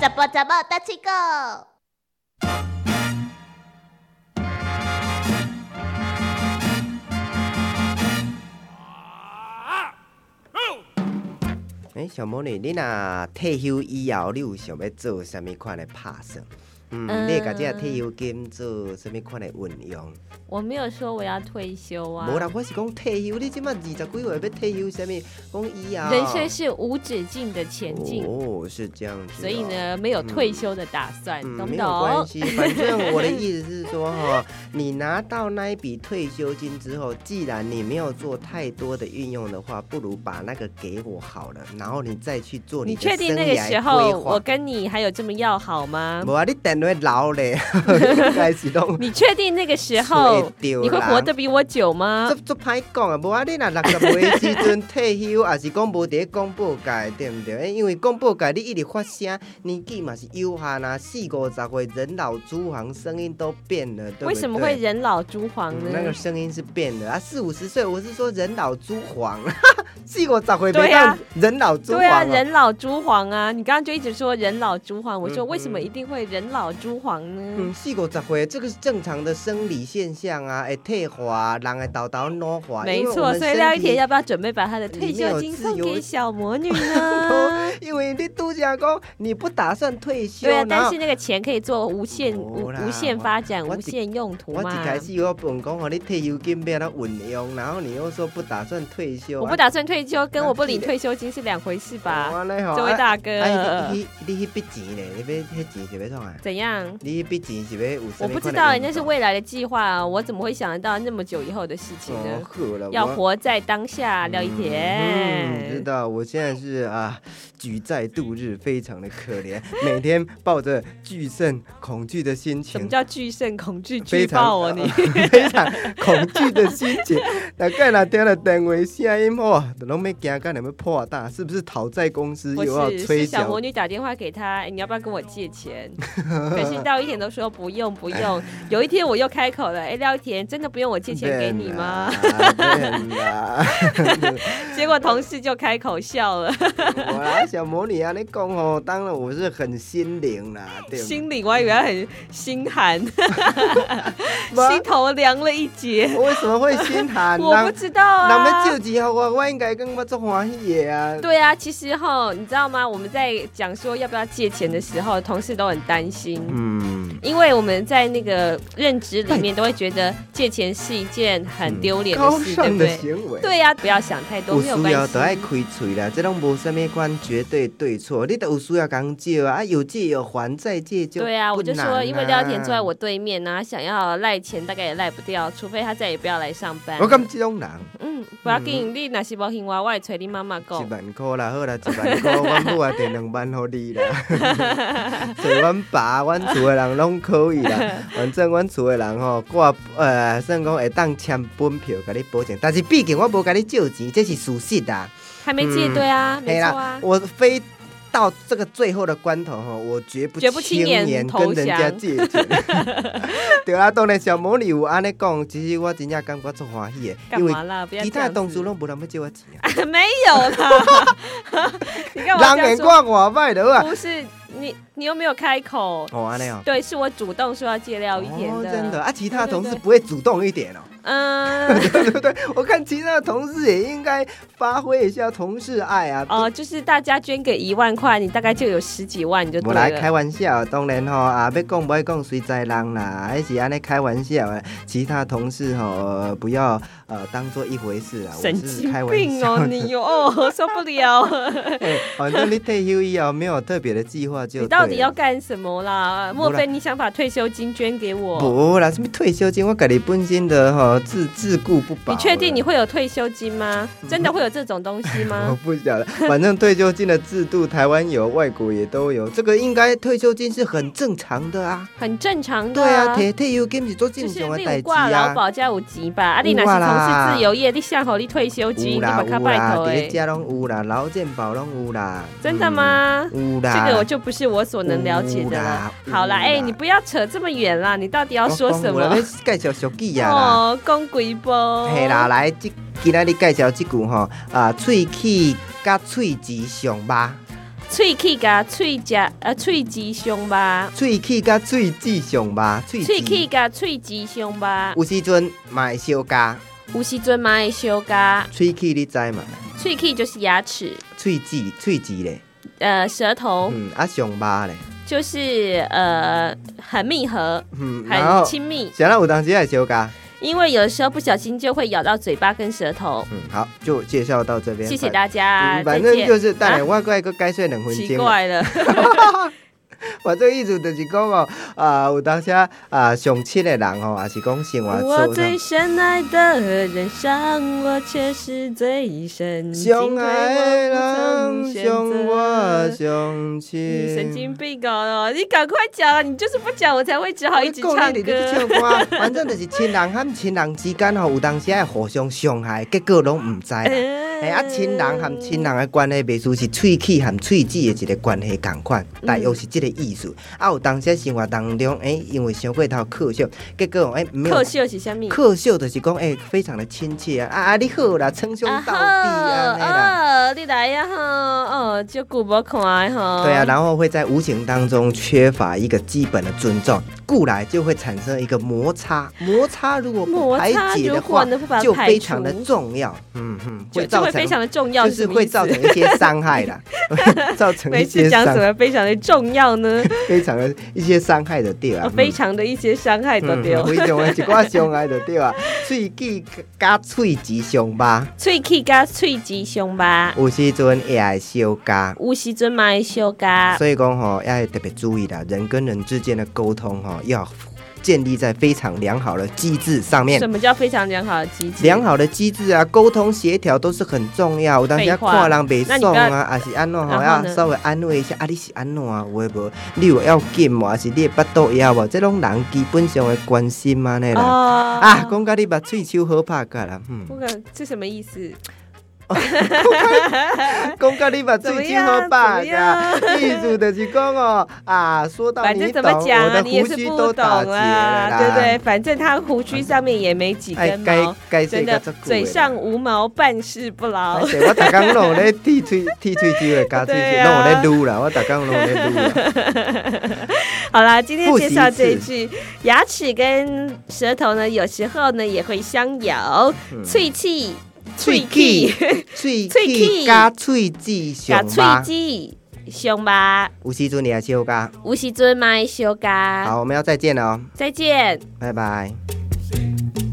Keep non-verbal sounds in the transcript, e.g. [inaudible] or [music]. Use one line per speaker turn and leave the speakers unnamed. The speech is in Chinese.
怎么怎么大七个？
诶、小魔女，你若退休以后，你有想要做啥物款的打算？嗯，
呃
你会甲这个退休金做啥物款的运用？
我没有说我要退休啊
无。啦，我是讲退休，你即满二十几岁要退休，啥物？讲以后
人生是无止境的前进，
哦，是这样子、
所以，呢，没有退休的打算，
嗯，
懂不
没有关
懂？
系，反正我的意思是说哈，你拿到那一笔退休金之后，既然你没有做太多的运用的话，不如把那个给我好了，然后你再去做
你
的
确定那个
生涯规
时候
划
我跟你还有这么要好吗？
无啊，你电话老
[laughs]
咧，开始拢
你确定那个时候
吹对啦
你会活得比我久吗
足？足歹讲啊。无啊，你若六十岁的时阵退休，也是讲无伫广播界，对毋对？因为广播界你一直发声，年纪嘛是有限啊，四五十岁人老珠黄，声音都变了，对不对？
为什么会人老珠黄
嗯
呢？
那个声音是变的啊，四五十岁，我是说人老珠黄， [laughs] 四五十岁
对
没
啊
到人老珠黄
对啊，
啊
人老珠黄啊！你刚刚就一直说人老珠黄，我说
嗯
为什么一定会人老珠黄呢
嗯，？四五十岁，这个是正常的生理现象啊，会退化，人会豆豆老化。
没
啊因为我
错，
们
所以
身
廖一
体
田要不要准备把他的
里
退
面
休
有
金
自
送
由
给小魔女呢？
因为你拄则讲你不打算退休，
对啊，
然
但
后
是那个钱可以做无限无
有啦
无限发展、
我我
无限用途
我一
嘛。
开始我本讲哦和你退休金要怎么运用，然后你又说不打算退休，
我不
啊
打算退休，跟
那
我不领
屁嘞
退休金是两回事
哦
吧？
安尼吼
这位
啊
大呃哥，
啊你你你迄笔钱咧，你要迄钱是要创啊？
怎样？
你迄笔钱是要有什么款的
我
运用？
不知道欸，那是未来的计划啊，我怎么会想得到那么久以后的事情
哦
呢？
好了，
要
我
活在当下，嗯廖一
嗯，知
田。
道，我现在是啊，举债度日，非常的可
[laughs]
怜，每天抱着巨盛恐惧的心
什么
情，
叫巨盛恐惧？
非
巨
常
爆哦你！
[laughs] 非常恐惧的心
[laughs]
情。大概若听了电话声音，哇，都拢要惊干，要破大，是不是讨债公司
不
又要
是，是
催
小魔
缴？
女打电话给他，哎你要不要跟我借钱？可是廖一田都说不用不用。
[laughs]
有一天我又开口了，哎，廖一田真的不用我借钱给你吗？
啊变啦，
[laughs] 结果同事就开口笑了，
我啦，小魔女啊，你讲吼，当然我是很心灵啦，对不对？
心里我还以为他很心寒，
不
心头凉了一截。
我为什么会心寒？
我不
人
知道啊。
人要救济我，我应该跟我做欢喜的啊。
对啊，其实哈，你知道吗？我们在讲说要不要借钱的时候，同事都很担心，
嗯，
因为我们在那个认知里面都会觉得借钱是一件很丢脸的
嗯高
事，对
尚
不
的
对？
行为。
对呀、不要想太多，
有
没有
需要
关
就爱
系。
开嘴啦，这拢无什么款绝对对错，你都有需要讲借啊，啊有借有还，再借就
对啊，我
不
就
难
说，因为廖田坐在
啦，
我对面呢、啊，想要赖钱大概也赖不掉，除非他再也不要来上班。
我感觉这种人
嗯，不要紧，你若是无听话，我会催你妈妈讲
一。万块啦，好啦，一万块，阮母也定两万互你啦，找阮爸、阮厝的人拢可以啦，反正阮厝的人吼，我呃算讲会当签本票甲你保证，但是毕竟我无甲你借钱，这是事实啦。
还没借，
嗯
对啊，
嘿
没错
啦
啊，，
我非到这个最后的关头哈，我绝不
绝不
轻
轻言投
跟人家
降
借钱。对啊，当然小魔女有安尼讲，其实我真正感觉足欢喜的，
干
因为
嘛啦？不要
其
这
他
样
的同事
子。
拢无人要借我钱啊，
[laughs] 没有啦， [laughs] 你干嘛这
人
样
眼
说？
光外歹的啊。
不是你，你又没有开口。
哦，安尼哦。
对，是我主动说要借廖一田
哦，
的。
真的啊，其他的
对对
同事
对
不会主动一
[laughs]
点哦，
嗯，
对不对？我看其他的同事也应该发挥一下同事爱啊，
哦，就是大家捐个一万块，你大概就有十几万，你就
无
对
啦，开
了。
玩笑，当然吼、啊，要讲不要讲，随在人啦，还是安尼开玩笑的。其他同事吼、呃不要呃当做一回事啊啦，我
神
是
经
开玩
病
笑
哦，
的。 [laughs]
你哟哦，受不了！
嘿反正你退休以后没有特别的计划 [laughs] 就
你到底
对了
要干什么啦？莫非你想把退休金捐给我？
不啦，什么退休金，我家己本身的吼、自自顾不保。
你确定你？会有退休金吗？真的会有这种东西
嗯 [laughs] 我
吗？
哦不晓得，反正退休金的制度，台湾有，外国也都有，这个应该退休金是很正常的啊。
很正常的
对啊，退退休金是做正
就是
常的
你
代
有
志
挂劳
啊。
保加有钱吧？啊，你若
有啊
是从
啦
事自由业，你向好你退休
有
金，你把
啦
它
有
拜
啦，
托
伫咧
哎，
遮拢有啦，劳健保拢有啦。
真的吗？
嗯？有
这
啦。
个我就不是我所能了解的了。
有啦
好啦，
有啦
哎、你不要扯这么远啦，你到底要说什
我讲我要
么？
介绍俗语啊啦。
哦，公鬼波。
嘿啦，来，即今仔日介绍即句吼，啊，喙齿甲喙齿上吧，
喙齿甲喙齿呃喙齿相吧，
喙齿甲喙齿上吧，喙
喙齿
齿
甲喙齿相吧，
有时阵嘛会小加，
有时阵嘛会相加。
喙齿你知嘛？
喙齿就是牙齿，
喙齿喙齿咧，
呃，舌头
嗯，啊上吧咧，
就是呃很密合，
嗯，然
很
后。
亲密，
想到有当时也小加，
因为有的时候不小心就会咬到嘴巴跟舌头。
嗯，好，就介绍到这边。
谢谢
家，
大家，
嗯反
再
正
见啊
就是，当然我怪个该睡两分
奇
钟啊。
怪了，
我这意思就是讲哦，啊，有当时啊上亲的人吼，也是讲生活
我
做
最深爱的人伤我，却是最深。
相爱的人
尽
相
管我不曾
我
选择
相亲。
你神经病哦！你赶快讲啊！你就是不讲，啊我才会只好一直
我
唱
讲你就是
歌。
唱歌，啊反正就是亲人和亲人之间吼，有当时会互相伤害，结果拢唔知啦。
[laughs]
哎、啊，亲人和亲人的关系，袂输是喙齿和喙齿的一个关系共款，
嗯
大约是这个意思。啊，有当时生活当中，哎、因为伤过头可惜，结果哎、没有
可惜是虾米？
可惜就是讲，哎、非常的亲切啊！啊啊，你好啦，称兄道弟啊，那、啦。
哦，你来呀哈！哦，就古无看哈。
对啊，，然后会在无形当中缺乏一个基本的尊重，故来就会产生一个摩擦。摩擦如果不
摩
排
擦
解
如
的
果
话，
呢不把它
就
排
非常
除
的，重要。嗯嗯，
就
会
就
造
会
成
非常的重要，
就是
什么
会
意思
造成一些伤害
[laughs]
啦，会造成
每
一
次
些
讲什
伤
么非常的重
[laughs]
要呢？
非常的一些伤害的对啊
哦，非常的一些伤害都对
嗯
了。
非常的一寡伤害的对啊，喙齿加喙齿伤疤，
喙齿甲喙齿相吧，
有时阵也会小加。
有时阵嘛会相加。
所以讲吼、要特别注意啦，人跟人之间的沟通吼、要建立在非常良好的机制上面
什。么叫非常良好的机制？
良好的机制啊，沟通协调都是很重要。我当时啊
废话
看人袂
那你
爽
不要
啊，还是安怎吼，
然后
要
呢
稍微安慰一下啊，你是安怎啊，有诶无？你有要紧无？还是你的腹肚枵无？这种人基本上的关心安尼啦。
哦
啊，讲到你把喙手好拍甲啦，嗯，
[laughs] 我感这什么意思？
讲到你把
怎么
喙手
样
好拍
怎么
甲，
样
意思就是讲哦，啊，说到
反
你
正
懂，
怎么讲
我
啊，
的
你也
胡
是
须
不
都
懂
打结了啦，
啦，
哎
对不对？反正他胡须上面也没几根毛，
该
真的嘴上无毛，办事不牢
而。且哎我逐工拢有咧剃喙剃喙须的加喙
对
须，
啊
拢有咧撸啦，我逐工拢有咧撸啦。
好啦，今天
复习
介绍这一
一
句，牙齿跟舌头呢，有时候呢也会相咬，
嗯
喙气、
喙
气、
齿、喙
喙齿
齿加喙齿
甲
上
[laughs] 喙
吧，
齿、凶吧，
有时阵你也小加。
无时尊麦修嘎。
好，我们要再见了哦，
再见。
拜拜。
Shake,